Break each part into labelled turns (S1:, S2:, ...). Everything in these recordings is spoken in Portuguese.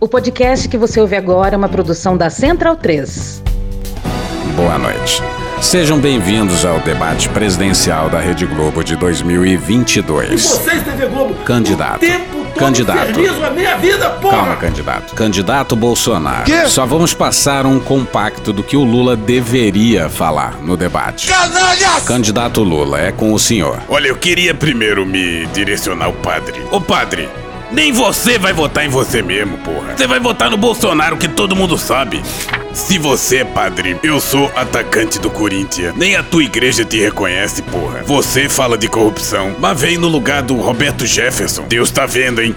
S1: O podcast que você ouve agora é uma produção da Central 3.
S2: Boa noite. Sejam bem-vindos ao debate presidencial da Rede Globo de 2022.
S3: Vocês, TV Globo,
S2: Candidato.
S3: o tempo todo
S2: Candidato.
S3: infernizam a minha vida, porra!
S2: Calma, candidato. Candidato Bolsonaro.
S3: Quê?
S2: Só vamos passar um compacto do que o Lula deveria falar no debate.
S3: Canalhas!
S2: Candidato Lula, é com o senhor.
S4: Olha, eu queria primeiro me direcionar ao padre. Ô padre, nem você vai votar em você mesmo, porra. Você vai votar no Bolsonaro, que todo mundo sabe. Se você, é padre, eu sou atacante do Corinthians. Nem a tua igreja te reconhece, porra. Você fala de corrupção, mas vem no lugar do Roberto Jefferson. Deus tá vendo, hein?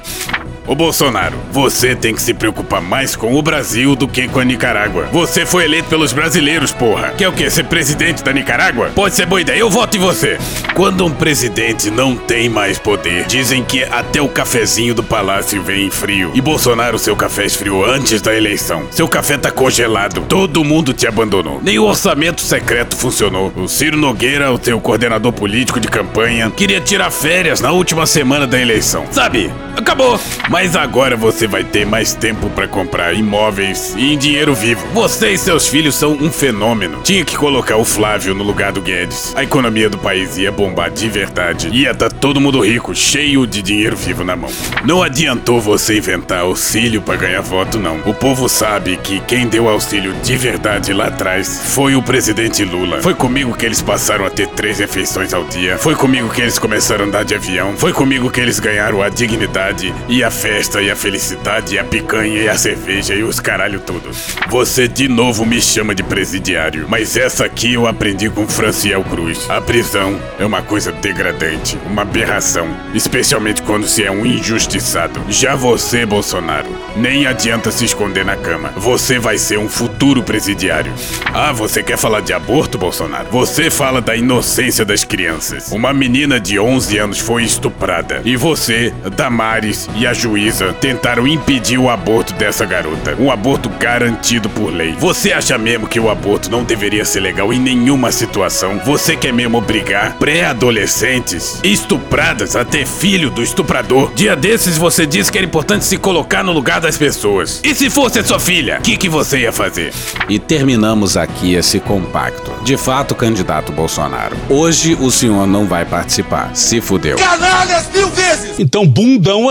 S4: Ô Bolsonaro, você tem que se preocupar mais com o Brasil do que com a Nicarágua. Você foi eleito pelos brasileiros, porra. Quer o quê? Ser presidente da Nicarágua? Pode ser boa ideia, eu voto em você. Quando um presidente não tem mais poder, dizem que até o cafezinho do palácio vem frio. E Bolsonaro, seu café esfriou antes da eleição. Seu café tá congelado. Todo mundo te abandonou. Nem o orçamento secreto funcionou. O Ciro Nogueira, o seu coordenador político de campanha, queria tirar férias na última semana da eleição. Sabe? Acabou! Mas agora você vai ter mais tempo pra comprar imóveis e em dinheiro vivo. Você e seus filhos são um fenômeno. Tinha que colocar o Flávio no lugar do Guedes. A economia do país ia bombar de verdade. Ia tá todo mundo rico, cheio de dinheiro vivo na mão. Não adiantou você inventar auxílio pra ganhar voto, não. O povo sabe que quem deu auxílio de verdade lá atrás foi o presidente Lula. Foi comigo que eles passaram a ter três refeições ao dia. Foi comigo que eles começaram a andar de avião. Foi comigo que eles ganharam a dignidade e a festa e a felicidade e a picanha e a cerveja e os caralho tudo. Você de novo me chama de presidiário, mas essa aqui eu aprendi com Franciel Cruz. A prisão é uma coisa degradante, uma aberração, especialmente quando se é um injustiçado. Já você, Bolsonaro, nem adianta se esconder na cama. Você vai ser um futuro presidiário. Ah, você quer falar de aborto, Bolsonaro? Você fala da inocência das crianças. Uma menina de 11 anos foi estuprada. E você, Damares e a juíza tentaram impedir o aborto dessa garota. Um aborto garantido por lei. Você acha mesmo que o aborto não deveria ser legal em nenhuma situação? Você quer mesmo obrigar pré-adolescentes estupradas a ter filho do estuprador? Dia desses você disse que era importante se colocar no lugar das pessoas. E se fosse a sua filha, o que, que você ia fazer?
S2: E terminamos aqui esse compacto. De fato, candidato Bolsonaro. Hoje o senhor não vai participar. Se fudeu.
S3: Canalhas mil vezes!
S5: Então, bundão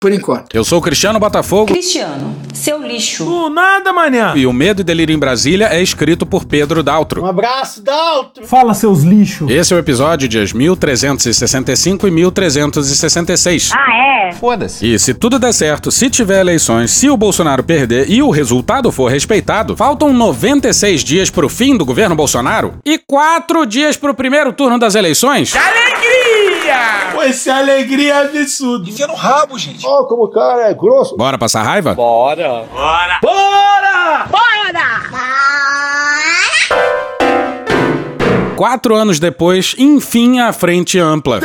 S6: Por enquanto.
S2: Eu sou o Cristiano Botafogo
S7: Cristiano, seu lixo.
S3: Do nada, mané.
S2: e o Medo e Delírio em Brasília é escrito por Pedro Daltro.
S6: abraço, Dalton.
S8: Fala, seus lixos.
S2: Esse é o episódio dias 1365 e 1366.
S5: Foda-se.
S2: E se tudo der certo, se tiver eleições, se o Bolsonaro perder e o resultado for respeitado, faltam 96 dias pro fim do governo Bolsonaro e 4 dias pro primeiro turno das eleições.
S5: Pô, essa alegria é absurda.
S9: Ó, como o cara é grosso.
S2: Bora passar raiva? Quatro anos depois, enfim, a frente ampla.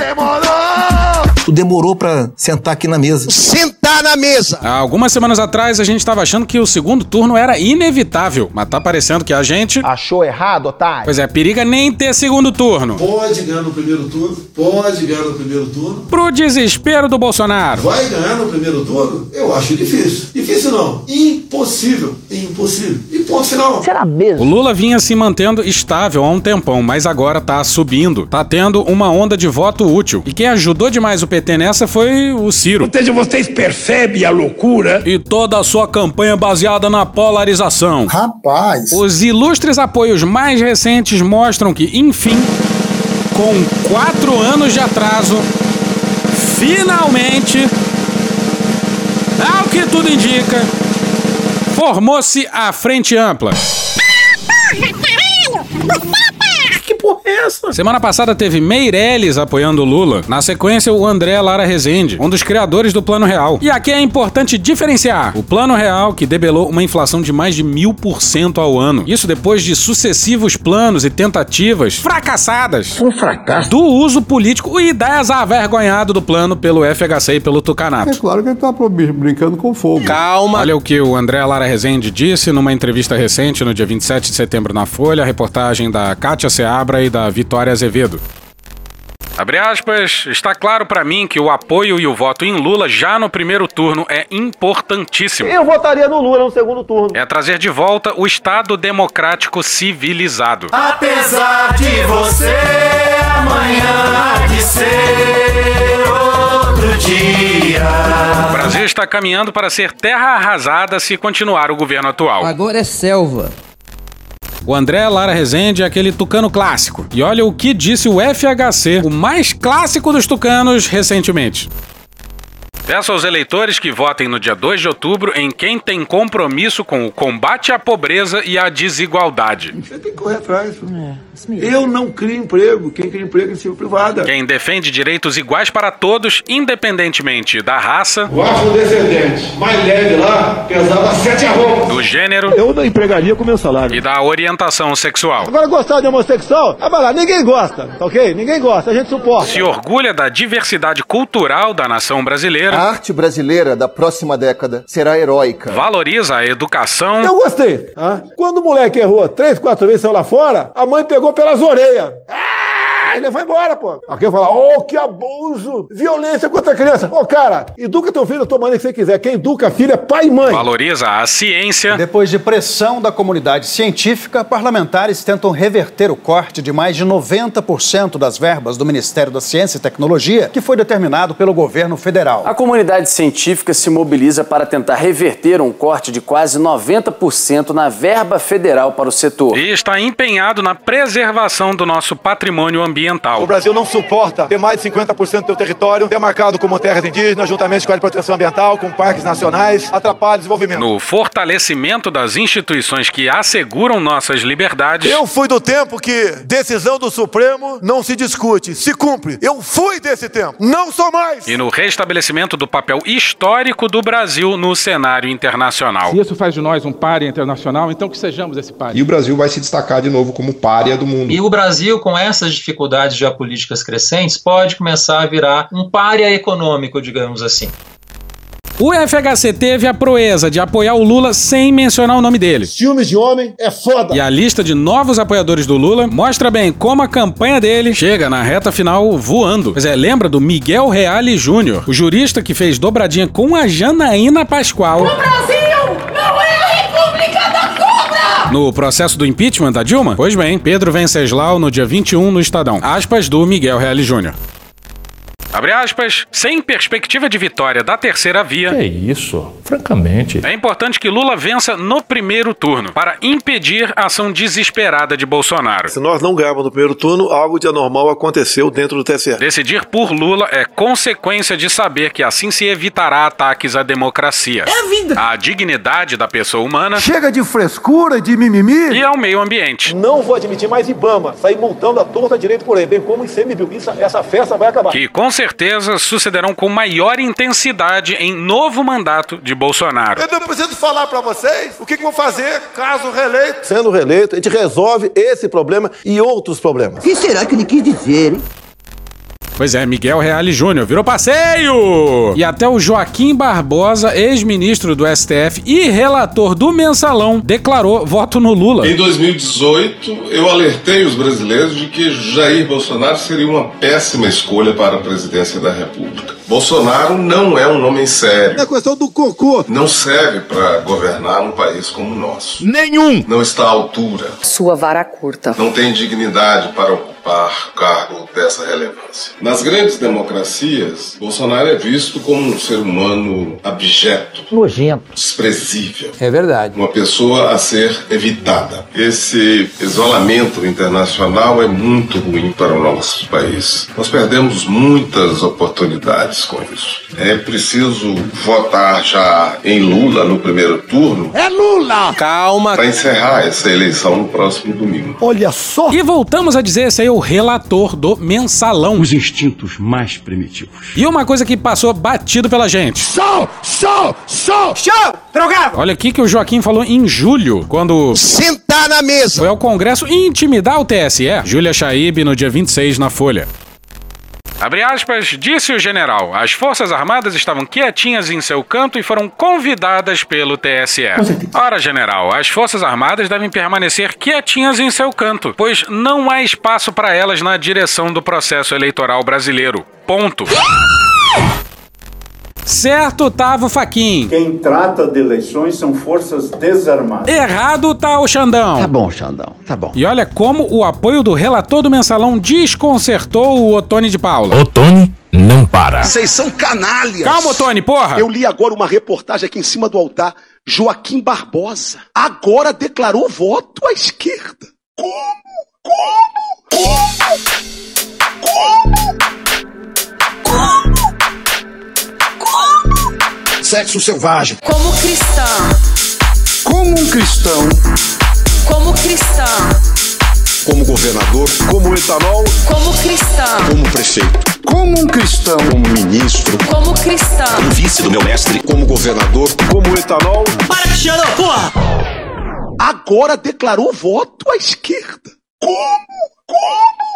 S9: Tu demorou pra sentar aqui na mesa. Sentar na mesa!
S2: Há algumas semanas atrás, a gente tava achando que o segundo turno era inevitável, mas tá parecendo que a gente...
S9: Achou errado, otário?
S2: Pois é, periga nem ter segundo turno.
S10: Pode ganhar no primeiro turno, pode ganhar no primeiro turno.
S2: Pro desespero do Bolsonaro.
S10: Vai ganhar no primeiro turno? Eu acho difícil. Difícil não. Impossível. Impossível. E ponto final.
S2: O Lula vinha se mantendo estável há um tempão, mas agora tá subindo. Tá tendo uma onda de voto útil. E quem ajudou demais o PT nessa foi o Ciro.
S3: Ou seja, vocês percebem a loucura?
S2: E toda a sua campanha baseada na polarização.
S9: Rapaz.
S2: Os ilustres apoios mais recentes mostram que, enfim, com quatro anos de atraso, finalmente, ao que tudo indica, formou-se a Frente Ampla.
S3: Que porra é essa?
S2: isso? Semana passada teve Meirelles apoiando o Lula. Na sequência, o André Lara Rezende, um dos criadores do Plano Real. E aqui é importante diferenciar o Plano Real, que debelou uma inflação de mais de mil por cento ao ano. Isso depois de sucessivos planos e tentativas fracassadas
S3: Um fracasso.
S2: do uso político e ideias avergonhado do plano pelo FHC e pelo Tucanato.
S8: claro que ele tá brincando com fogo.
S2: Calma. Olha o que o André Lara Rezende disse numa entrevista recente no dia 27 de setembro na Folha, reportagem da Kátia Seabra e da Vitória Azevedo. Abre aspas, está claro para mim que o apoio e o voto em Lula já no primeiro turno é importantíssimo.
S10: Eu votaria no Lula no segundo turno.
S2: É trazer de volta o Estado democrático civilizado.
S5: Apesar de você, amanhã há de ser outro dia.
S2: O Brasil está caminhando para ser terra arrasada se continuar o governo atual.
S11: Agora é selva.
S2: O André Lara Rezende é aquele tucano clássico. E olha o que disse o FHC, o mais clássico dos tucanos, recentemente. Peço aos eleitores que votem no dia 2 de outubro em quem tem compromisso com o combate à pobreza e à desigualdade.
S10: Você tem que correr atrás. pô. Eu não crio emprego. Quem cria emprego é iniciativa privada.
S2: Quem defende direitos iguais para todos, independentemente da raça,
S10: O afrodescendente mais leve lá pesava sete arrobas.
S2: do gênero
S10: Eu não empregaria com meu salário.
S2: e da orientação sexual.
S10: Agora, gostar de homossexual, ah, vai lá, ninguém gosta, tá ok? Ninguém gosta, a gente suporta.
S2: Se orgulha da diversidade cultural da nação brasileira,
S12: A arte brasileira da próxima década será heróica.
S2: valoriza a educação.
S10: Eu gostei. tá? Quando o moleque errou três, quatro vezes, saiu lá fora, a mãe pegou pelas orelhas. Ah, Ele vai embora, pô. Aqui fala, oh, que abuso, violência contra a criança. Ô, cara, educa teu filho da tua maneira que você quiser. Quem educa filho é pai e mãe.
S2: Valoriza a ciência.
S13: Depois de pressão da comunidade científica, parlamentares tentam reverter o corte de mais de 90% das verbas do Ministério da Ciência e Tecnologia, que foi determinado pelo governo federal.
S14: A comunidade científica se mobiliza para tentar reverter um corte de quase 90% na verba federal para o setor.
S2: E está empenhado na preservação do nosso patrimônio ambiental.
S10: Brasil não suporta ter mais de 50% do seu território demarcado como terras indígenas, juntamente com a proteção ambiental, com parques nacionais, atrapalha o desenvolvimento.
S2: No fortalecimento das instituições que asseguram nossas liberdades.
S10: Eu fui do tempo que decisão do Supremo não se discute, se cumpre. Eu fui desse tempo, não sou mais.
S2: E no restabelecimento do papel histórico do Brasil no cenário internacional.
S15: Se isso faz de nós um páreo internacional, então que sejamos esse páreo.
S16: E o Brasil vai se destacar de novo como párea do mundo.
S17: E o Brasil, com essas dificuldades geopolíticas crescentes, pode começar a virar um pária econômico, digamos assim.
S2: O FHC teve a proeza de apoiar o Lula sem mencionar o nome dele.
S10: Filmes de homem é foda.
S2: E a lista de novos apoiadores do Lula mostra bem como a campanha dele chega na reta final voando. Pois é, lembra do Miguel Reale Júnior, o jurista que fez dobradinha com a Janaína Pascoal.
S5: Brasil não é a República da Cobra!
S2: No processo do impeachment da Dilma? Pois bem, Pedro Venceslau no dia 21 no Estadão. Aspas do Miguel Reale Júnior. Abre aspas, sem perspectiva de vitória da terceira via.
S18: É isso, francamente.
S2: É importante que Lula vença no primeiro turno para impedir a ação desesperada de Bolsonaro.
S10: Se nós não ganharmos no primeiro turno, algo de anormal aconteceu dentro do TSE.
S2: Decidir por Lula é consequência de saber que assim se evitará ataques à democracia,
S10: É a vida.
S2: à dignidade da pessoa humana
S10: Chega de frescura, de mimimi.
S2: e ao meio ambiente.
S10: Não vou admitir mais Ibama sair multando a torta direito por aí, bem como em CMBio. Isso, essa festa vai acabar.
S2: que com certeza sucederão com maior intensidade em novo mandato de Bolsonaro.
S10: Eu não preciso falar para vocês o que, que vão fazer caso reeleito. Sendo reeleito, a gente resolve esse problema e outros problemas.
S11: que será que ele quis dizer, hein?
S2: Pois é, Miguel Reale Júnior virou passeio! E até o Joaquim Barbosa, ex-ministro do STF e relator do Mensalão, declarou voto no Lula.
S19: Em 2018, eu alertei os brasileiros de que Jair Bolsonaro seria uma péssima escolha para a presidência da República. Bolsonaro não é um homem sério.
S10: É questão do cocô.
S19: Não serve para governar um país como o nosso.
S10: Nenhum.
S19: Não está à altura.
S7: Sua vara curta.
S19: Não tem dignidade para ocupar cargo dessa relevância. Nas grandes democracias, Bolsonaro é visto como um ser humano abjeto,
S11: Nojento.
S19: desprezível.
S11: É verdade.
S19: Uma pessoa a ser evitada. Esse isolamento internacional é muito ruim para o nosso país. Nós perdemos muitas oportunidades com isso. É preciso votar já em Lula no primeiro turno
S10: É Lula.
S19: para encerrar essa eleição no próximo domingo.
S10: Olha só.
S2: E voltamos a dizer, esse aí é o o relator do Mensalão. Os instintos mais primitivos. E uma coisa que passou batido pela gente. Sol, sol, sol, show, drogado! Olha aqui que o Joaquim falou em julho, quando... Sentar na mesa! Foi ao Congresso intimidar o TSE. Júlia Chaib, no dia 26, na Folha. Abre aspas, disse o general. As Forças Armadas estavam quietinhas em seu canto e foram convidadas pelo TSE. Ora, general, as Forças Armadas devem permanecer quietinhas em seu canto, pois não há espaço para elas na direção do processo eleitoral brasileiro. Ponto. Certo tava o Faquin.
S20: Quem trata de eleições são forças desarmadas.
S2: Errado tá o Xandão. Tá bom, Xandão, tá bom. E olha como o apoio do relator do mensalão desconcertou o Otone de Paula. Otone não para.
S21: Vocês são canalhas.
S2: Calma, Otone, porra.
S21: Eu li agora uma reportagem aqui em cima do altar. Joaquim Barbosa agora declarou voto à esquerda. Como? Como? Como? Como? Como?
S22: Sexo selvagem.
S23: Como cristão.
S22: Como um cristão.
S23: Como cristão.
S22: Como governador. Como etanol.
S23: Como cristão.
S22: Como prefeito. Como um cristão. Como ministro.
S23: Como cristão.
S22: Como vice do meu mestre. Como governador. Como etanol.
S21: Para de chorar, porra! Agora declarou voto à esquerda. Como?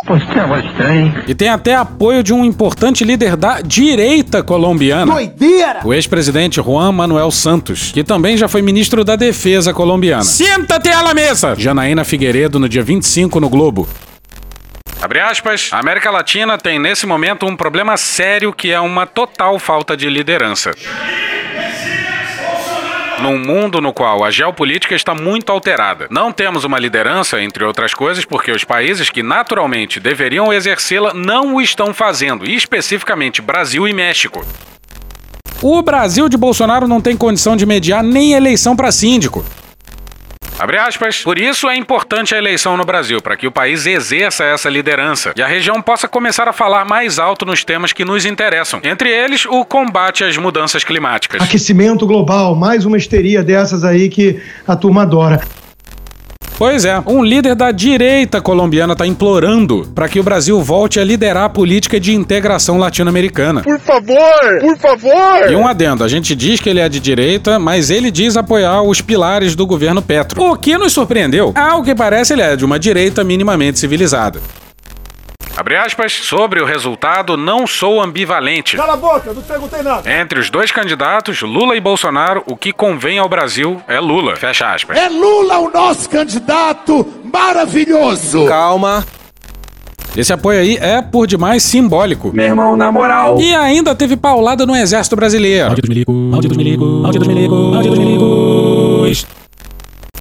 S2: Você é estranho. E tem até apoio de um importante líder da direita colombiana.
S21: Doideira!
S2: O ex-presidente Juan Manuel Santos, que também já foi ministro da Defesa colombiana. Senta-te à mesa! Janaína Figueiredo, no dia 25, no Globo. Abre aspas. A América Latina tem nesse momento um problema sério que é uma total falta de liderança. Num mundo no qual a geopolítica está muito alterada. Não temos uma liderança, entre outras coisas, porque os países que naturalmente deveriam exercê-la não o estão fazendo, e especificamente Brasil e México. O Brasil de Bolsonaro não tem condição de mediar nem eleição para síndico. Abre aspas. Por isso é importante a eleição no Brasil, para que o país exerça essa liderança e a região possa começar a falar mais alto nos temas que nos interessam, entre eles o combate às mudanças climáticas.
S24: Aquecimento global, mais uma histeria dessas aí que a turma adora.
S2: Pois é, um líder da direita colombiana está implorando para que o Brasil volte a liderar a política de integração latino-americana.
S21: Por favor, por favor!
S2: E um adendo, a gente diz que ele é de direita, mas ele diz apoiar os pilares do governo Petro. O que nos surpreendeu? Ao que parece, ele é de uma direita minimamente civilizada. Abre aspas, sobre o resultado, não sou ambivalente.
S10: Cala a boca, não te perguntei nada.
S2: Entre os dois candidatos, Lula e Bolsonaro, o que convém ao Brasil é Lula. Fecha aspas.
S21: É Lula o nosso candidato maravilhoso.
S2: Calma. Esse apoio aí é por demais simbólico.
S21: Meu irmão, na moral.
S2: E ainda teve paulada no Exército Brasileiro. Áudio dos milico, áudio dos milico, áudio dos milico, áudio dos milicos.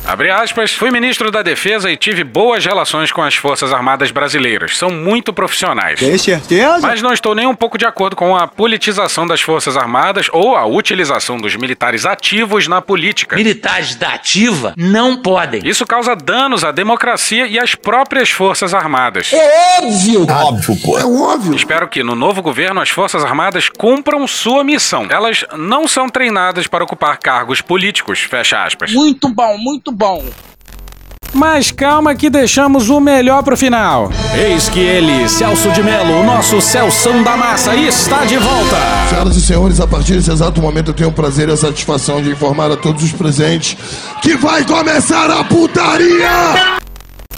S2: Abre aspas, fui ministro da Defesa e tive boas relações com as Forças Armadas brasileiras. São muito profissionais.
S21: Tem certeza?
S2: Mas não estou nem um pouco de acordo com a politização das Forças Armadas ou a utilização dos militares ativos na política.
S25: Militares da ativa não podem.
S2: Isso causa danos à democracia e às próprias Forças Armadas.
S21: É óbvio! Óbvio, pô. É óbvio.
S2: Espero que no novo governo as Forças Armadas cumpram sua missão. Elas não são treinadas para ocupar cargos políticos. Fecha aspas.
S21: Muito bom, muito bom. Bom.
S2: Mas calma que deixamos o melhor pro final. Eis que ele, Celso de Melo, o nosso Celsão da Massa, está de volta.
S26: Senhoras e senhores, a partir desse exato momento eu tenho o prazer e a satisfação de informar a todos os presentes que vai começar a putaria!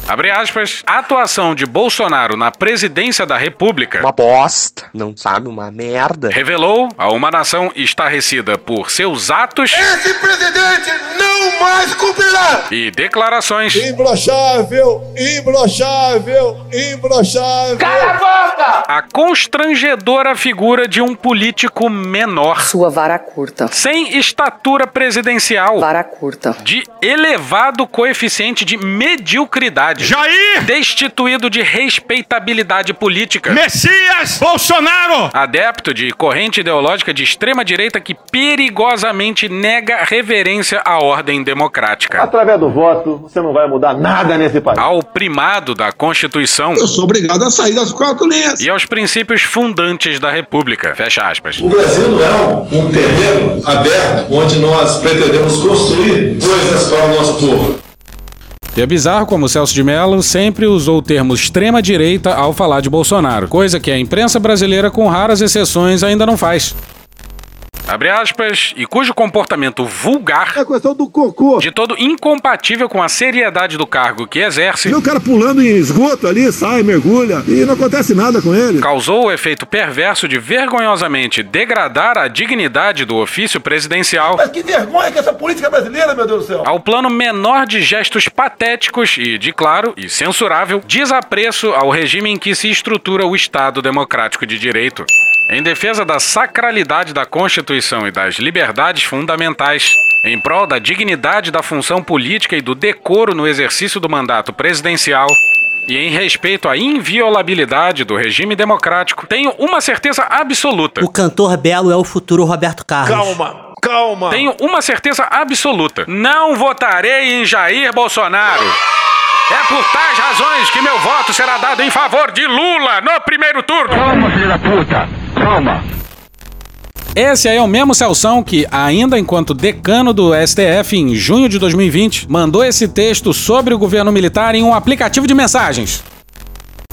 S2: Abre aspas, a atuação de Bolsonaro na presidência da República.
S25: Uma bosta, não sabe, uma merda.
S2: Revelou a uma nação estarrecida por seus atos.
S21: Esse presidente não mais cumprirá!
S2: E declarações.
S26: Imbrochável, imbrochável, imbrochável.
S21: Cala a boca!
S2: A constrangedora figura de um político menor.
S27: Sua vara curta.
S2: Sem estatura presidencial.
S27: Vara curta.
S2: De elevado coeficiente de mediocridade.
S21: Jair!
S2: Destituído de respeitabilidade política.
S21: Messias! Bolsonaro!
S2: Adepto de corrente ideológica de extrema-direita que perigosamente nega reverência à ordem democrática.
S28: Através do voto, você não vai mudar nada nesse país.
S2: Ao primado da Constituição.
S21: Eu sou obrigado a sair das quatro linhas.
S2: E aos princípios fundantes da República. Fecha aspas.
S26: O Brasil não é um terreno aberto onde nós pretendemos construir coisas para o nosso povo.
S2: E é bizarro como o Celso de Mello sempre usou o termo extrema-direita ao falar de Bolsonaro, coisa que a imprensa brasileira, com raras exceções, ainda não faz. Abre aspas, e cujo comportamento vulgar
S10: é questão do cocô
S2: de todo incompatível com a seriedade do cargo que exerce.
S10: E o cara pulando em esgoto ali, sai, mergulha e não acontece nada com ele.
S2: Causou o efeito perverso de vergonhosamente degradar a dignidade do ofício presidencial.
S5: Mas que vergonha que essa política é brasileira, meu Deus do céu!
S2: Ao plano menor de gestos patéticos e, de claro e censurável, desapreço ao regime em que se estrutura o Estado Democrático de Direito. Em defesa da sacralidade da Constituição e das liberdades fundamentais, em prol da dignidade da função política e do decoro no exercício do mandato presidencial, e em respeito à inviolabilidade do regime democrático, tenho uma certeza absoluta.
S1: O cantor belo é o futuro Roberto Carlos.
S5: Calma! Calma!
S2: Tenho uma certeza absoluta. Não votarei em Jair Bolsonaro. É por tais razões que meu voto será dado em favor de Lula no primeiro turno.
S28: Calma, filho da puta! Calma.
S2: Esse aí é o mesmo Celção que, ainda enquanto decano do STF em junho de 2020, mandou esse texto sobre o governo militar em um aplicativo de mensagens.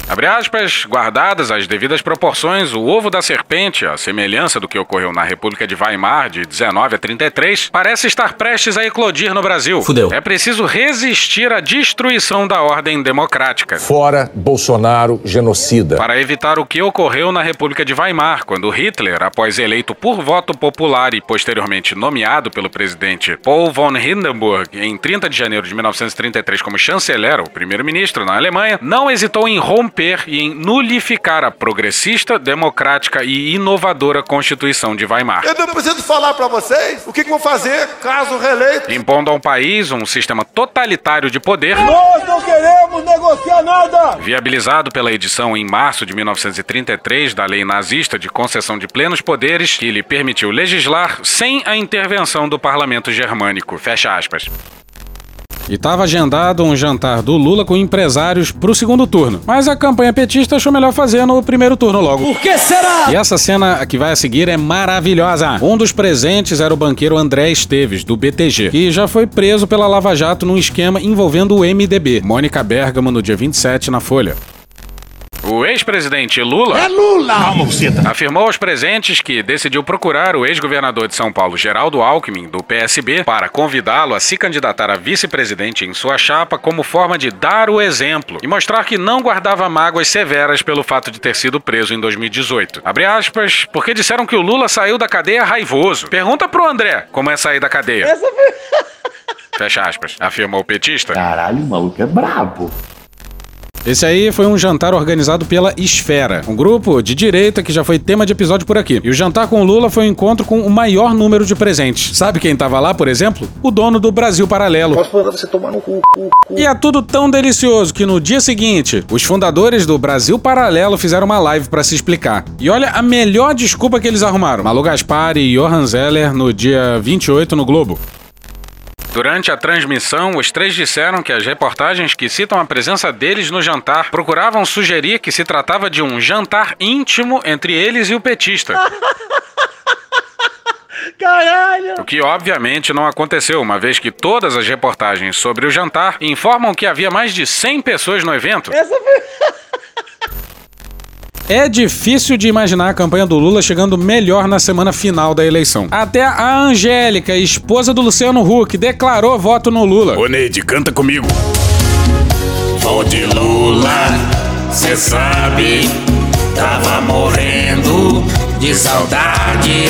S2: Abre aspas, guardadas as devidas proporções, o ovo da serpente, a semelhança do que ocorreu na República de Weimar de 19 a 33, parece estar prestes a eclodir no Brasil.
S1: Fudeu.
S2: É preciso resistir à destruição da ordem democrática.
S3: Fora Bolsonaro genocida.
S2: Para evitar o que ocorreu na República de Weimar, quando Hitler, após eleito por voto popular e posteriormente nomeado pelo presidente Paul von Hindenburg em 30 de janeiro de 1933 como chanceler, o primeiro-ministro na Alemanha, não hesitou em romper e em nulificar a progressista, democrática e inovadora Constituição de Weimar.
S5: Eu não preciso falar para vocês o que, que vão fazer caso reeleito.
S2: Impondo ao país um sistema totalitário de poder.
S5: Nós não queremos negociar nada!
S2: Viabilizado pela edição em março de 1933 da lei nazista de concessão de plenos poderes, que lhe permitiu legislar sem a intervenção do parlamento germânico. Fecha aspas. E estava agendado um jantar do Lula com empresários pro segundo turno. Mas a campanha petista achou melhor fazer no primeiro turno logo.
S1: Por que será?
S2: E essa cena que vai a seguir é maravilhosa. Um dos presentes era o banqueiro André Esteves, do BTG, que já foi preso pela Lava Jato num esquema envolvendo o MDB. Mônica Bergamo no dia 27 na Folha. O ex-presidente Lula,
S5: é Lula. Calma,
S2: afirmou aos presentes que decidiu procurar o ex-governador de São Paulo, Geraldo Alckmin, do PSB, para convidá-lo a se candidatar a vice-presidente em sua chapa como forma de dar o exemplo e mostrar que não guardava mágoas severas pelo fato de ter sido preso em 2018. Abre aspas, porque disseram que o Lula saiu da cadeia raivoso. Pergunta pro André como é sair da cadeia.
S5: Essa foi...
S2: Fecha aspas, afirmou o petista.
S28: Caralho, o maluco é brabo.
S2: Esse aí foi um jantar organizado pela Esfera, um grupo de direita que já foi tema de episódio por aqui. E o jantar com o Lula foi um encontro com o maior número de presentes. Sabe quem tava lá, por exemplo? O dono do Brasil Paralelo.
S28: Posso mandar você tomar no cu, cu, cu.
S2: E é tudo tão delicioso que no dia seguinte, os fundadores do Brasil Paralelo fizeram uma live para se explicar. E olha a melhor desculpa que eles arrumaram. Malu Gaspar e Johan Zeller no dia 28 no Globo. Durante a transmissão, os três disseram que as reportagens que citam a presença deles no jantar procuravam sugerir que se tratava de um jantar íntimo entre eles e o petista.
S5: Caralho!
S2: O que obviamente não aconteceu, uma vez que todas as reportagens sobre o jantar informam que havia mais de 100 pessoas no evento.
S5: Essa foi...
S2: É difícil de imaginar a campanha do Lula chegando melhor na semana final da eleição. Até a Angélica, esposa do Luciano Huck, declarou voto no Lula.
S4: Ô Neide, canta comigo. Vote Lula, cê sabe, tava morrendo de saudade.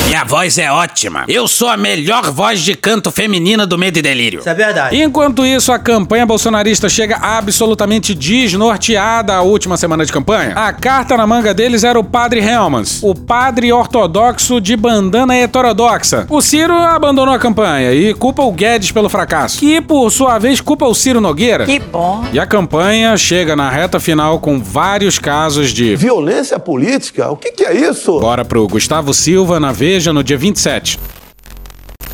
S9: Minha voz é ótima. Eu sou a melhor voz de canto
S4: é
S9: feminina do Medo e Delírio.
S1: Isso é verdade.
S2: Enquanto isso, a campanha bolsonarista chega absolutamente desnorteada à última semana de campanha. A carta na manga deles era o padre Helmans, o padre ortodoxo de bandana heterodoxa. O Ciro abandonou a campanha e culpa o Guedes pelo fracasso, que por sua vez culpa o Ciro Nogueira.
S1: Que bom.
S2: E a campanha chega na reta final com vários casos de
S10: violência política. O que, que é isso?
S2: Bora pro Gustavo Silva na Veja no dia 27.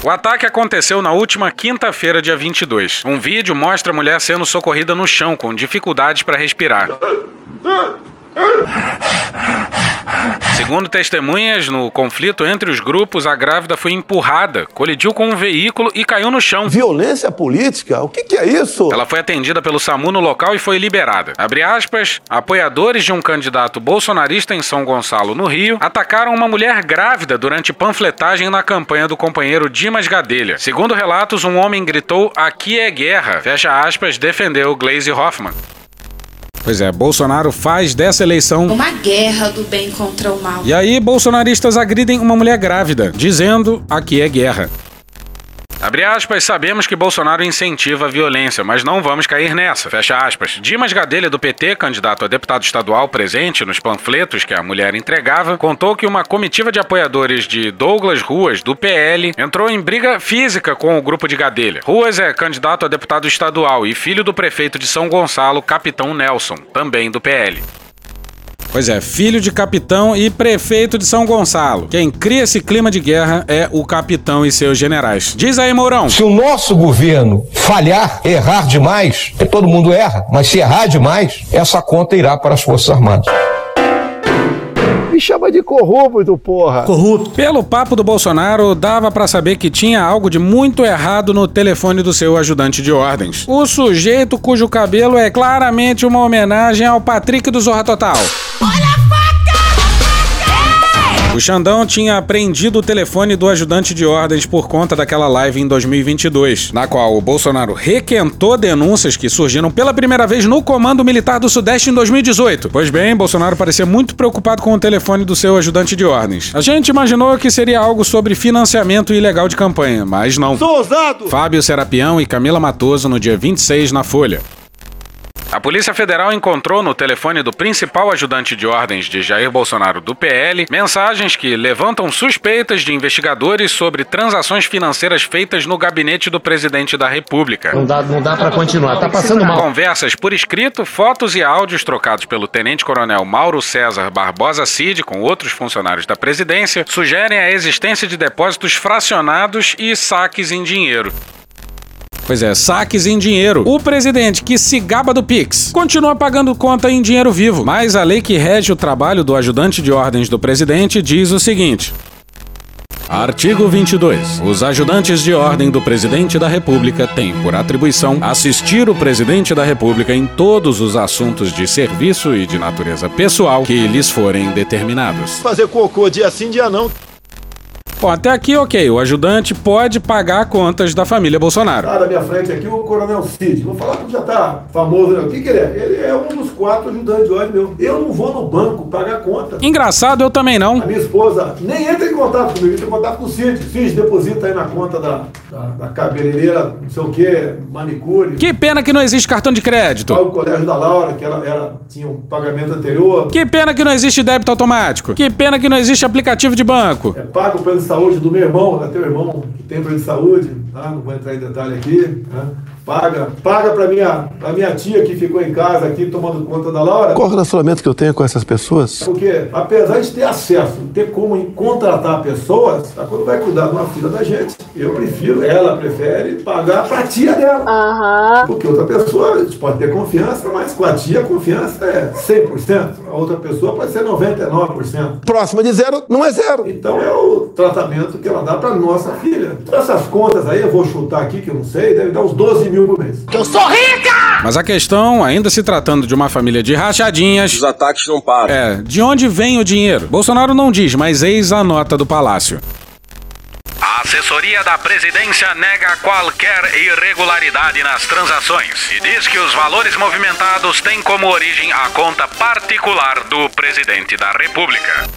S2: O ataque aconteceu na última quinta-feira, dia 22. Um vídeo mostra a mulher sendo socorrida no chão com dificuldades para respirar. Segundo testemunhas, no conflito entre os grupos, a grávida foi empurrada, colidiu com um veículo e caiu no chão.
S10: Violência política? O que, que é isso?
S2: Ela foi atendida pelo SAMU no local e foi liberada. Abre aspas, apoiadores de um candidato bolsonarista em São Gonçalo, no Rio, atacaram uma mulher grávida durante panfletagem na campanha do companheiro Dimas Gadelha. Segundo relatos, um homem gritou: Aqui é guerra. Fecha aspas, defendeu Glaze Hoffman. Pois é, Bolsonaro faz dessa eleição
S23: Uma guerra do bem contra o mal.
S2: e aí, bolsonaristas agridem uma mulher grávida, dizendo aqui é guerra. Abre aspas, sabemos que Bolsonaro incentiva a violência, mas não vamos cair nessa. Fecha aspas. Dimas Gadelha, do PT, candidato a deputado estadual presente nos panfletos que a mulher entregava, contou que uma comitiva de apoiadores de Douglas Ruas, do PL, entrou em briga física com o grupo de Gadelha. Ruas é candidato a deputado estadual e filho do prefeito de São Gonçalo, Capitão Nelson, também do PL. Pois é, filho de capitão e prefeito de São Gonçalo. Quem cria esse clima de guerra é o capitão e seus generais. Diz aí, Mourão.
S6: Se o nosso governo falhar, errar demais, porque todo mundo erra, mas se errar demais, essa conta irá para as Forças Armadas.
S10: Me chama de corrupto, porra.
S2: Corrupto. Pelo papo do Bolsonaro, dava pra saber que tinha algo de muito errado no telefone do seu ajudante de ordens. O sujeito cujo cabelo é claramente uma homenagem ao Patrick do Zorra Total. O Xandão tinha apreendido o telefone do ajudante de ordens por conta daquela live em 2022, na qual o Bolsonaro requentou denúncias que surgiram pela primeira vez no Comando Militar do Sudeste em 2018. Pois bem, Bolsonaro parecia muito preocupado com o telefone do seu ajudante de ordens. A gente imaginou que seria algo sobre financiamento ilegal de campanha, mas não.
S10: Sou ousado!
S2: Fábio Serapião e Camila Matoso no dia 26 na Folha. A Polícia Federal encontrou no telefone do principal ajudante de ordens de Jair Bolsonaro do PL mensagens que levantam suspeitas de investigadores sobre transações financeiras feitas no gabinete do presidente da República.
S8: Não dá, não dá para continuar, tá passando mal.
S2: Conversas por escrito, fotos e áudios trocados pelo tenente-coronel Mauro César Barbosa Cid com outros funcionários da presidência sugerem a existência de depósitos fracionados e saques em dinheiro. Pois é, saques em dinheiro. O presidente que se gaba do Pix continua pagando conta em dinheiro vivo, mas a lei que rege o trabalho do ajudante de ordens do presidente diz o seguinte. Artigo 22. Os ajudantes de ordem do presidente da República têm por atribuição assistir o presidente da República em todos os assuntos de serviço e de natureza pessoal que lhes forem determinados.
S10: Fazer cocô dia sim, dia não.
S2: Bom, até aqui, ok, o ajudante pode pagar contas da família Bolsonaro.
S10: Tá na minha frente aqui o Coronel Cid. Vou falar que já tá famoso, né? O que, que ele é? Ele é um dos quatro ajudantes de ordem meu. Eu não vou no banco pagar conta.
S2: Engraçado, eu também não.
S10: A minha esposa nem entra em contato comigo, entra em contato com o Cid. Cid, deposita aí na conta da, da, da cabeleireira, não sei o quê, manicure.
S2: Que pena que não existe cartão de
S10: Lá
S2: crédito.
S10: o colégio da Laura, que ela, ela tinha um pagamento anterior.
S2: Que pena que não existe débito automático. Que pena que não existe aplicativo de banco.
S10: É pago o plano de saúde do meu irmão, da teu irmão que tem plano de saúde, tá? não vou entrar em detalhe aqui. Né? Paga, paga para minha, pra minha tia que ficou em casa aqui tomando conta da Laura.
S12: Qual o relacionamento que eu tenho com essas pessoas?
S10: Porque apesar de ter acesso, ter como contratar pessoas, tá? quando vai cuidar de uma filha da gente, eu prefiro, ela prefere pagar pra tia dela. Porque outra pessoa, a gente pode ter confiança, mas com a tia a confiança é 100%. A outra pessoa pode ser 99%. Próxima de zero não é zero. Então é o tratamento que ela dá pra nossa filha. Então, Essas contas aí, eu vou chutar aqui, que eu não sei, deve dar uns 12 mil por mês.
S2: Eu sou rica! Mas a questão, ainda se tratando de uma família de rachadinhas. Os ataques não param. É, de onde vem o dinheiro? Bolsonaro não diz, mas eis a nota do palácio.
S4: A assessoria da presidência nega qualquer irregularidade nas transações e diz que os valores movimentados têm como origem a conta particular do presidente da República.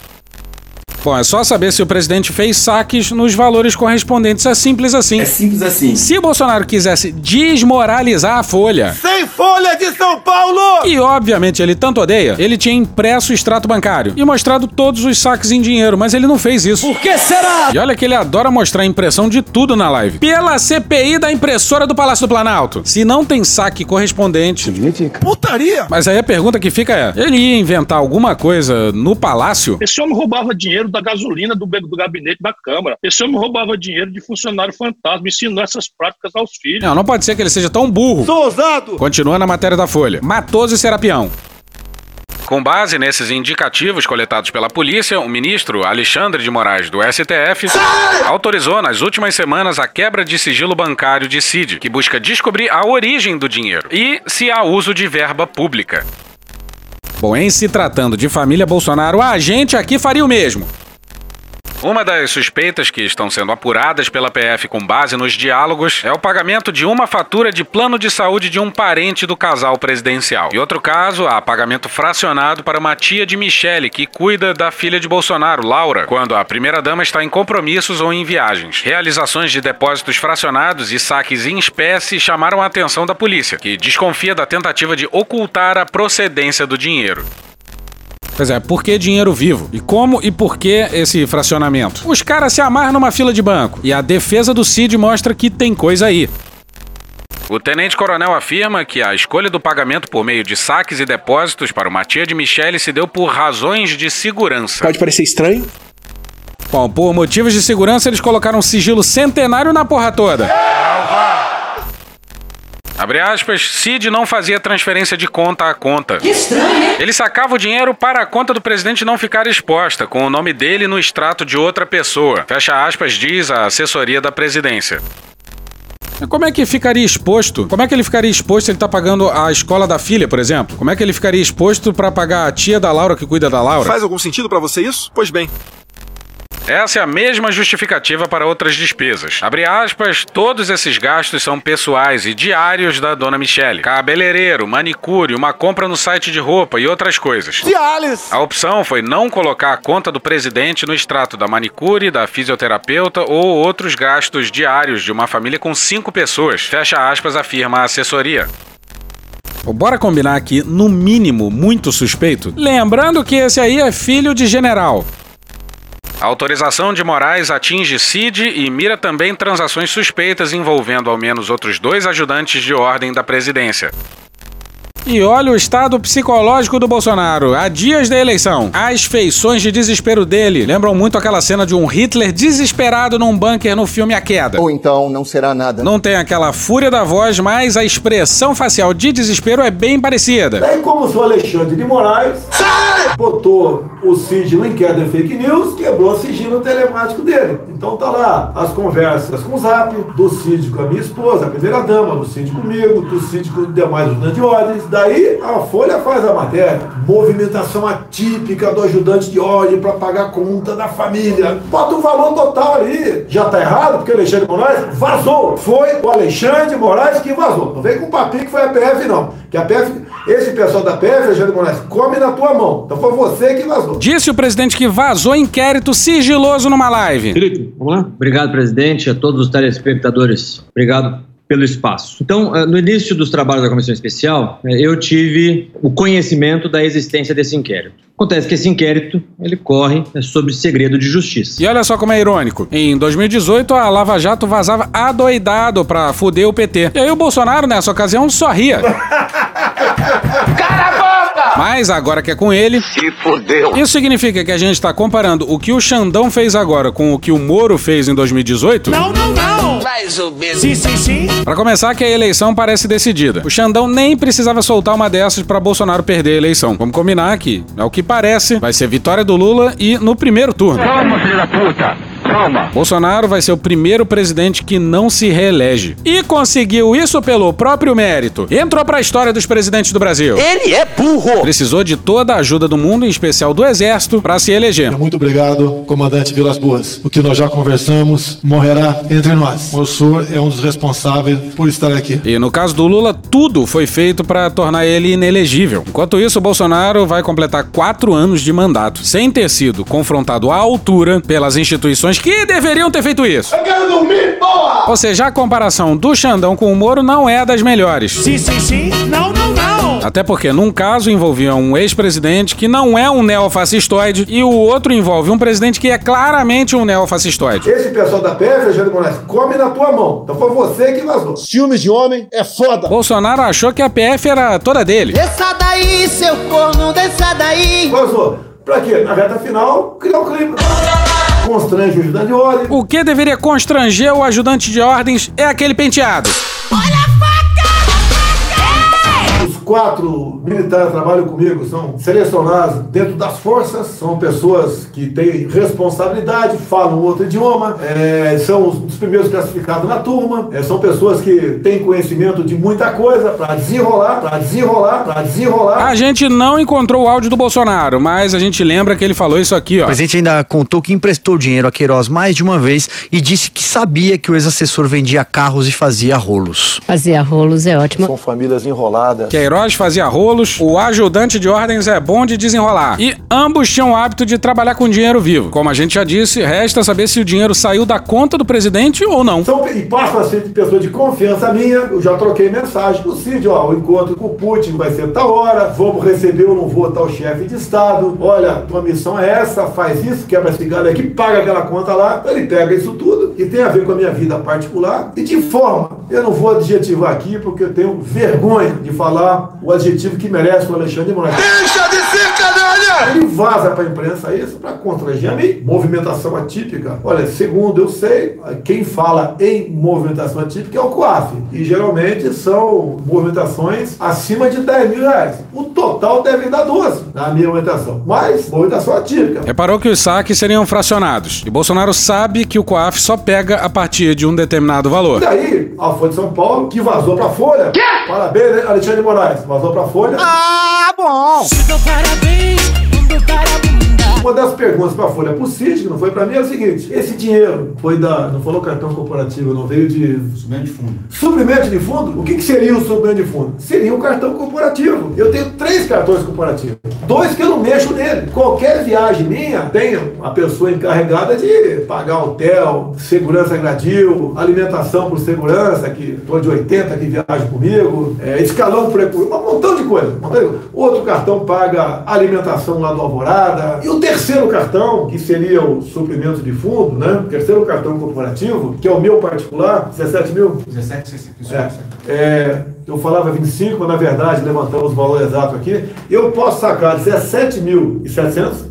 S2: Bom, é só saber se o presidente fez saques nos valores correspondentes. É simples assim. É simples assim. Se Bolsonaro quisesse desmoralizar a Folha.
S10: Sem Folha de São Paulo!
S2: E obviamente ele tanto odeia, ele tinha impresso o extrato bancário e mostrado todos os saques em dinheiro, mas ele não fez isso. Por que será? E olha que ele adora mostrar a impressão de tudo na live. Pela CPI da impressora do Palácio do Planalto. Se não tem saque correspondente. Putaria! Mas aí a pergunta que fica é: ele ia inventar alguma coisa no palácio?
S13: Esse homem roubava dinheiro da gasolina do, be- do gabinete da Câmara. Esse homem roubava dinheiro de funcionário fantasma, ensinou essas práticas aos filhos.
S2: Não, não pode ser que ele seja tão burro.
S10: Sou ousado!
S2: Continua na matéria da Folha. Matoso e Serapião. Com base nesses indicativos coletados pela polícia, o ministro Alexandre de Moraes do STF autorizou nas últimas semanas a quebra de sigilo bancário de CID, que busca descobrir a origem do dinheiro e se há uso de verba pública. Bom, em se tratando de família Bolsonaro, a gente aqui faria o mesmo. Uma das suspeitas que estão sendo apuradas pela PF com base nos diálogos é o pagamento de uma fatura de plano de saúde de um parente do casal presidencial. E outro caso, há pagamento fracionado para uma tia de Michele, que cuida da filha de Bolsonaro, Laura, quando a primeira-dama está em compromissos ou em viagens. Realizações de depósitos fracionados e saques em espécie chamaram a atenção da polícia, que desconfia da tentativa de ocultar a procedência do dinheiro. Pois é, por que dinheiro vivo? E como e por que esse fracionamento? Os caras se amarram numa fila de banco e a defesa do CID mostra que tem coisa aí. O tenente-coronel afirma que a escolha do pagamento por meio de saques e depósitos para uma tia de Michele se deu por razões de segurança.
S7: Pode parecer estranho?
S2: Bom, por motivos de segurança, eles colocaram um sigilo centenário na porra toda. Abre aspas, Cid não fazia transferência de conta a conta. Que estranho, né? Ele sacava o dinheiro para a conta do presidente não ficar exposta, com o nome dele no extrato de outra pessoa. Fecha aspas, diz a assessoria da presidência. Como é que ficaria exposto? Como é que ele ficaria exposto se ele tá pagando a escola da filha, por exemplo? Como é que ele ficaria exposto para pagar a tia da Laura que cuida da Laura?
S7: Faz algum sentido para você isso? Pois bem.
S2: Essa é a mesma justificativa para outras despesas. Abre aspas, todos esses gastos são pessoais e diários da dona Michele. Cabeleireiro, manicure, uma compra no site de roupa e outras coisas.
S7: Diários!
S2: A opção foi não colocar a conta do presidente no extrato da manicure, da fisioterapeuta ou outros gastos diários de uma família com cinco pessoas. Fecha aspas, afirma a assessoria. Bora combinar aqui, no mínimo, muito suspeito? Lembrando que esse aí é filho de general. A autorização de Moraes atinge CID e mira também transações suspeitas envolvendo ao menos outros dois ajudantes de ordem da presidência. E olha o estado psicológico do Bolsonaro. Há dias da eleição, as feições de desespero dele lembram muito aquela cena de um Hitler desesperado num bunker no filme A Queda.
S11: Ou então não será nada.
S2: Não tem aquela fúria da voz, mas a expressão facial de desespero é bem parecida.
S14: Bem como o Alexandre de Moraes botou o sigilo em queda fake news, quebrou o sigilo telemático dele. Então tá lá as conversas com o Zap, do Cid com a minha esposa, a primeira dama, do Cid comigo, do Cid com os demais ajudantes de ordens. Daí a Folha faz a matéria. Movimentação atípica do ajudante de ordem para pagar a conta da família. Bota o valor total ali. Já tá errado porque o Alexandre Moraes vazou. Foi o Alexandre Moraes que vazou. Não vem com papinho que foi a PF, não. Que a PF, esse pessoal da PF, Alexandre Moraes, come na tua mão. Então foi você que vazou.
S2: Disse o presidente que vazou inquérito sigiloso numa live.
S15: Felipe, vamos lá? Obrigado, presidente, a todos os telespectadores. Obrigado pelo espaço. Então, no início dos trabalhos da comissão especial, eh, eu tive o conhecimento da existência desse inquérito. Acontece que esse inquérito, ele corre né, sobre segredo de justiça.
S2: E olha só como é irônico. Em 2018, a Lava Jato vazava adoidado pra fuder o PT. E aí o Bolsonaro, nessa ocasião, sorria. Mas agora que é com ele.
S16: Se fodeu.
S2: Isso significa que a gente está comparando o que o Xandão fez agora com o que o Moro fez em 2018?
S17: Não, não, não!
S16: Mais ou menos.
S17: Sim, sim, sim.
S2: Pra começar, que a eleição parece decidida. O Xandão nem precisava soltar uma dessas para Bolsonaro perder a eleição. Vamos combinar aqui. Ao que parece, vai ser vitória do Lula e no primeiro turno.
S16: Calma, filho da puta! Calma.
S2: Bolsonaro vai ser o primeiro presidente que não se reelege. E conseguiu isso pelo próprio mérito. Entrou pra história dos presidentes do Brasil.
S16: Ele é burro.
S2: Precisou de toda a ajuda do mundo, em especial do exército, para se eleger.
S18: Muito obrigado, comandante Vilas Boas. O que nós já conversamos morrerá entre nós. O senhor é um dos responsáveis por estar aqui.
S2: E no caso do Lula, tudo foi feito para tornar ele inelegível. Enquanto isso, Bolsonaro vai completar quatro anos de mandato, sem ter sido confrontado à altura pelas instituições que deveriam ter feito isso.
S14: Eu quero dormir, porra!
S2: Ou seja, a comparação do Xandão com o Moro não é das melhores.
S17: Sim, sim, sim. Não, não, não.
S2: Até porque num caso envolvia um ex-presidente que não é um neofascistoide e o outro envolve um presidente que é claramente um neofascistoide.
S14: Esse pessoal da PF, Alexandre Moraes, come na tua mão. Então foi você que vazou.
S7: Filmes de homem é foda.
S2: Bolsonaro achou que a PF era toda dele.
S17: Desça daí, seu corno, desça daí.
S14: Vazou. Pra quê? Na reta final, criar o um crime constrange o ajudante de ordem.
S2: O que deveria constranger o ajudante de ordens é aquele penteado.
S17: Olha a faca!
S14: Os quatro militares que trabalham comigo são selecionados dentro das forças, são pessoas que têm responsabilidade, falam outro idioma, é, são os os primeiros classificados na turma, é, são pessoas que têm conhecimento de muita coisa para desenrolar, para desenrolar, para desenrolar.
S2: A gente não encontrou o áudio do Bolsonaro, mas a gente lembra que ele falou isso aqui,
S11: O
S2: ó.
S10: é.
S11: presidente ainda contou que emprestou dinheiro a Queiroz mais de uma vez e disse que sabia que o ex-assessor vendia carros e fazia rolos.
S19: Fazia rolos é ótimo.
S27: um
S19: São
S11: famílias enroladas.
S2: Queiroz fazia rolos, o ajudante de ordens é bom de desenrolar. E ambos tinham o hábito de trabalhar com dinheiro vivo. Como a gente já disse, resta saber se o dinheiro saiu da conta do presidente ou não.
S14: Então, e passa a ser de pessoa de confiança minha, eu já troquei mensagem pro Cid, ó, o encontro com o Putin vai ser tal hora, vamos receber ou não vou tal chefe de Estado, olha, tua missão é essa, faz isso, quebra esse galho aqui, paga aquela conta lá, ele pega isso tudo, que tem a ver com a minha vida particular, e de forma, eu não vou adjetivar aqui, porque eu tenho vergonha de falar o adjetivo que merece o Alexandre de Moraes.
S16: Deixa de ser canalha!
S14: Ele vaza para a imprensa isso para constranger a mim. Movimentação atípica. Olha, segundo eu sei, quem fala em movimentação atípica é o COAF. E geralmente são movimentações acima de 10 mil reais. O total deve dar 12 na minha movimentação. Mas movimentação atípica.
S2: Reparou que os saques seriam fracionados. E Bolsonaro sabe que o COAF só pega a partir de um determinado valor.
S14: E daí, a Folha de São Paulo, que vazou para a Folha. Parabéns, né, Alexandre de Moraes. Vazou para a Folha.
S17: Ah, bom! Te dou parabéns, mundo para bunda.
S14: Uma das perguntas para a Folha para o CID, que não foi para mim, é o seguinte: esse dinheiro foi da. Não falou cartão corporativo, não veio de. Suprimento de fundo. Suprimento de fundo? O que, que seria o suprimento de fundo? Seria um cartão corporativo. Eu tenho três cartões corporativos. Dois que eu não mexo nele. Qualquer viagem minha tem a pessoa encarregada de pagar hotel, segurança gradil, alimentação por segurança, que estou de 80 que viaja comigo, é, escalão por um montão de coisa. um montão de coisa. Outro cartão paga alimentação lá do Alvorada. E o terceiro cartão, que seria o suprimento de fundo, né? O terceiro cartão corporativo, que é o meu particular, 17 mil? 17, 17. É, é, eu falava 25, mas na verdade levantamos o valor exato aqui. Eu posso sacar 17.700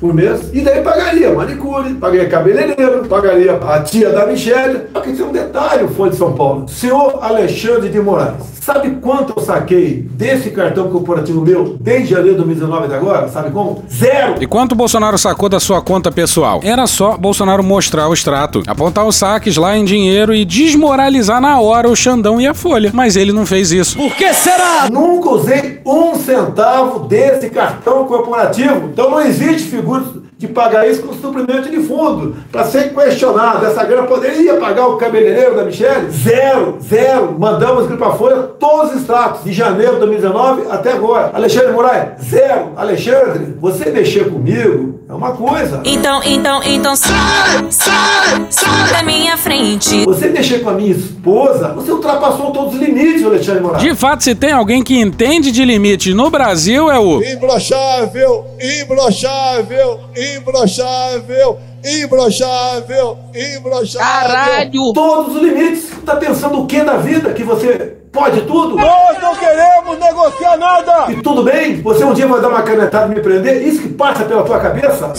S14: por mês, e daí pagaria manicure, pagaria cabeleireiro, pagaria a tia da Michelle. Só que tem um detalhe, Folha de São Paulo. Senhor Alexandre de Moraes, sabe quanto eu saquei desse cartão corporativo meu desde janeiro de 2019 até agora? Sabe como? Zero!
S2: E quanto o Bolsonaro sacou da sua conta pessoal? Era só Bolsonaro mostrar o extrato, apontar os saques lá em dinheiro e desmoralizar na hora o Xandão e a Folha. Mas ele não fez isso.
S14: Por que será? Nunca usei um centavo desse cartão corporativo. Então não existe figura de pagar isso com suprimento de fundo. Para ser questionado, essa grana poderia pagar o cabeleireiro da Michelle? Zero, zero. Mandamos para Folha todos os status, de janeiro de 2019 até agora. Alexandre Moraes, zero. Alexandre, você mexer comigo é uma coisa.
S20: Então, então, então sai, sai, sai da minha frente.
S14: Você mexer com a minha esposa, você ultrapassou todos os limites, Alexandre Moraes.
S2: De fato, se tem alguém que entende de limite no Brasil é o.
S21: Imbrochável, imbrochável, imbrochável, imbrochável, imbrochável.
S14: Todos os limites. Tá pensando o que da vida? Que você pode tudo?
S21: Nós não queremos negociar nada!
S14: E tudo bem? Você um dia vai dar uma canetada e me prender? Isso que passa pela tua cabeça?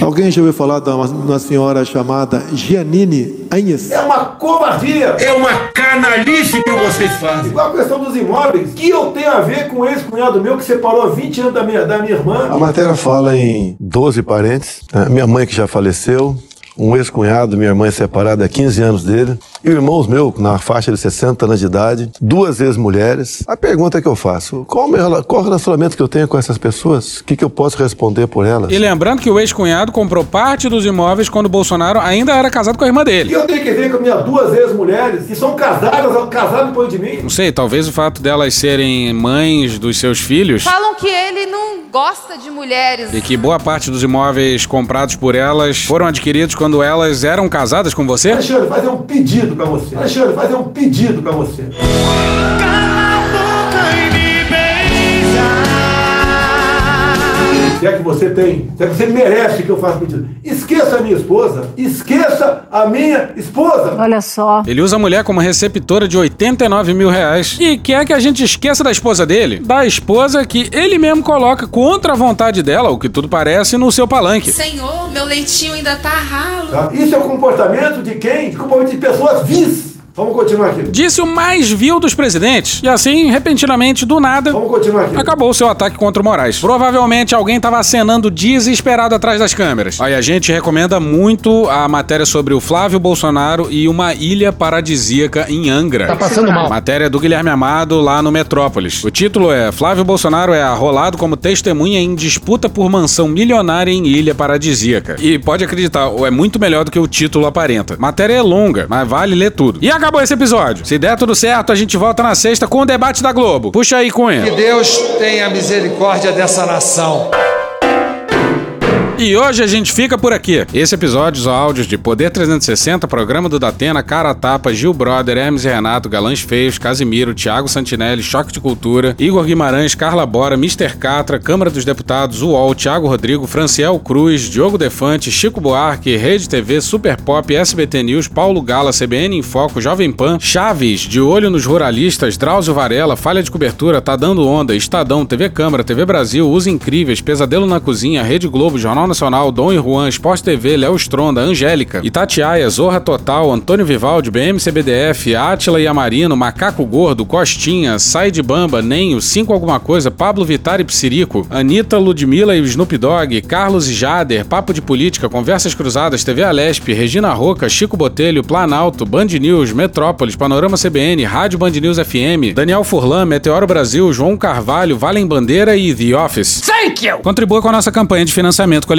S12: Alguém já ouviu falar de uma, uma senhora chamada Giannini Anhes?
S14: É uma covardia!
S21: É uma canalice que vocês fazem!
S14: Igual a questão dos imóveis, que eu tenho a ver com esse cunhado meu que separou há 20 anos da minha, da minha irmã?
S12: A matéria fala em 12 parentes, né? minha mãe que já faleceu, um ex-cunhado, minha mãe separada há 15 anos dele, e irmãos meus na faixa de 60 anos de idade, duas ex-mulheres. A pergunta que eu faço, qual o meu rela- qual o relacionamento que eu tenho com essas pessoas? O que, que eu posso responder por elas?
S2: E lembrando que o ex-cunhado comprou parte dos imóveis quando Bolsonaro ainda era casado com a irmã
S14: E
S2: dele.
S14: eu tenho que ver com minhas duas ex-mulheres que são casadas, casadas depois de mim?
S2: Não sei, talvez o fato delas serem mães dos seus filhos
S22: Falam que ele não gosta de mulheres.
S2: e que boa parte dos imóveis comprados por elas foram adquiridos quando elas eram casadas com você?
S14: Alexandre, fazer um pedido pra você. Alexandre, fazer um pedido pra você. Se é que você tem, se é que você merece que eu faça um pedido. Esqueça a minha esposa. Esqueça a minha esposa.
S19: Olha só.
S2: Ele usa a mulher como receptora de 89 mil reais e quer que a gente esqueça da esposa dele, da esposa que ele mesmo coloca contra a vontade dela, o que tudo parece, no seu palanque.
S22: Senhor, meu leitinho ainda tá ralo.
S14: Tá? Isso é o comportamento de quem? De comportamento de pessoas vis. Vamos continuar aqui.
S2: Disse o mais vil dos presidentes. E assim, repentinamente, do nada, acabou o seu ataque contra o Moraes. Provavelmente alguém estava acenando desesperado atrás das câmeras. Aí a gente recomenda muito a matéria sobre o Flávio Bolsonaro e uma ilha paradisíaca em Angra.
S8: Tá passando mal.
S2: Matéria do Guilherme Amado lá no Metrópolis. O título é Flávio Bolsonaro é arrolado como testemunha em disputa por mansão milionária em ilha paradisíaca. E pode acreditar, é muito melhor do que o título aparenta. Matéria é longa, mas vale ler tudo. E acabou esse episódio. Se der tudo certo, a gente volta na sexta com o debate da Globo. Puxa aí, Cunha.
S3: Que Deus tenha misericórdia dessa nação.
S2: E hoje a gente fica por aqui. Esse episódio, os áudios de Poder 360, programa do Datena, Cara a Tapa, Gil Brother, Hermes e Renato, Galãs Feios, Casimiro, Thiago Santinelli, Choque de Cultura, Igor Guimarães, Carla Bora, Mr. Catra, Câmara dos Deputados, UOL, Thiago Rodrigo, Franciel Cruz, Diogo Defante, Chico Buarque, Rede TV, Super Pop, SBT News, Paulo Gala, CBN em Foco, Jovem Pan, Chaves, De Olho nos Ruralistas, Drauzio Varela, Falha de Cobertura, Tá Dando Onda, Estadão, TV Câmara, TV Brasil, Usa Incríveis, Pesadelo na Cozinha, Rede Globo, Jornal Nacional, Dom e Juan, Esporte TV, Léo Stronda, Angélica, Itatiaia, Zorra Total, Antônio Vivaldi, BMCBDF, Átila e Amarino, Macaco Gordo, Costinha, Sai de Bamba, Nenho, Cinco Alguma Coisa, Pablo Vittar e Psirico, Anitta, Ludmilla e Snoop Dogg, Carlos e Jader, Papo de Política, Conversas Cruzadas, TV Alesp, Regina Roca, Chico Botelho, Planalto, Band News, Metrópolis, Panorama CBN, Rádio Band News FM, Daniel Furlan, Meteoro Brasil, João Carvalho, Valem Bandeira e The Office.
S17: Thank you!
S2: Contribua com a nossa campanha de financiamento coletivo.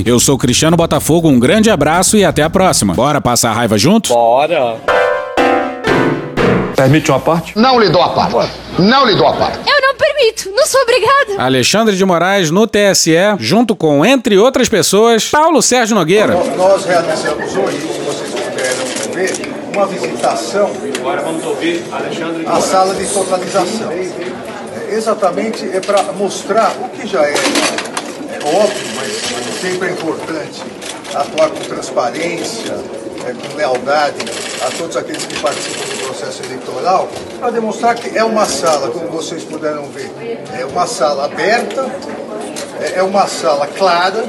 S2: Eu sou Cristiano Botafogo, um grande abraço e até a próxima. Bora passar a raiva junto?
S5: Bora.
S2: Permite uma parte?
S5: Não lhe dou a parte. Não lhe dou a parte.
S19: Eu não permito, não sou obrigada.
S2: Alexandre de Moraes no TSE, junto com, entre outras pessoas, Paulo Sérgio Nogueira.
S24: Nós, nós realizamos hoje, se vocês puderam ver, uma visitação. Agora vamos ouvir Alexandre à sala de totalização. É, exatamente é para mostrar o que já é, é óbvio, mas sempre é importante atuar com transparência, é, com lealdade a todos aqueles que participam do processo eleitoral, para demonstrar que é uma sala, como vocês puderam ver, é uma sala aberta, é- é uma sala clara,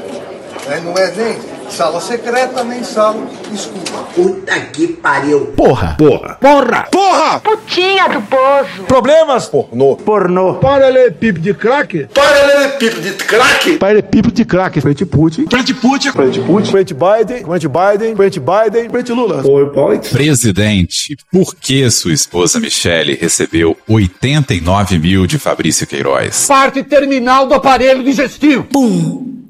S24: né, não é nem sala secreta, nem sala escura. Puta que pariu!
S25: Porra. Porra. Porra.
S24: Porra!
S19: Putinha do poço.
S25: Problemas. Pornô. Pornô.
S24: Paralelepípedo de craque? Paralelepípedo de craque?
S25: Paralelepípedo de craque. Frente Putin. Frente Putin. Frente Putin. Frente Biden. Frente Biden. Frente Biden. Frente Lula. PowerPoint.
S26: Presidente, por que sua esposa Michele recebeu 89 mil de Fabrício Queiroz?
S21: Parte terminal do aparelho digestivo. Pum!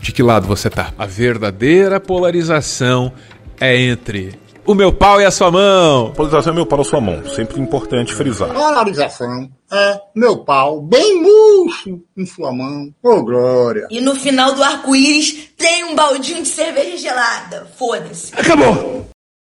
S28: De que lado você tá? A verdadeira polarização é entre o meu pau e a sua mão. Polarização é meu pau ou sua mão, sempre importante frisar.
S21: Polarização é meu pau bem murcho em sua mão. Ô, glória.
S19: E no final do arco-íris tem um baldinho de cerveja gelada. Foda-se.
S21: Acabou.